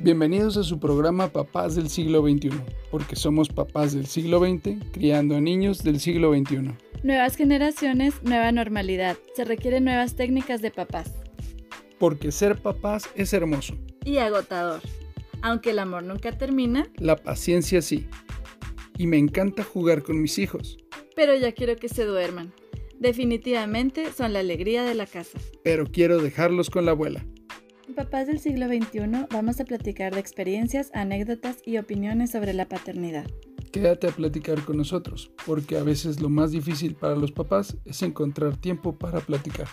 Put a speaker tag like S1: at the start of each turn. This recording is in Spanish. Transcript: S1: Bienvenidos a su programa Papás del siglo XXI, porque somos papás del siglo XX, criando a niños del siglo XXI.
S2: Nuevas generaciones, nueva normalidad. Se requieren nuevas técnicas de papás.
S1: Porque ser papás es hermoso,
S2: Y agotador. Aunque el amor nunca termina,
S1: la paciencia sí. Y me encanta jugar con mis hijos,
S2: pero ya quiero que se duerman. Definitivamente son la alegría de la casa.
S1: pero quiero dejarlos con la abuela.
S2: En Papás del siglo XXI vamos a platicar de experiencias, anécdotas y opiniones sobre la paternidad.
S1: Quédate a platicar con nosotros, porque a veces lo más difícil para los papás es encontrar tiempo para platicar.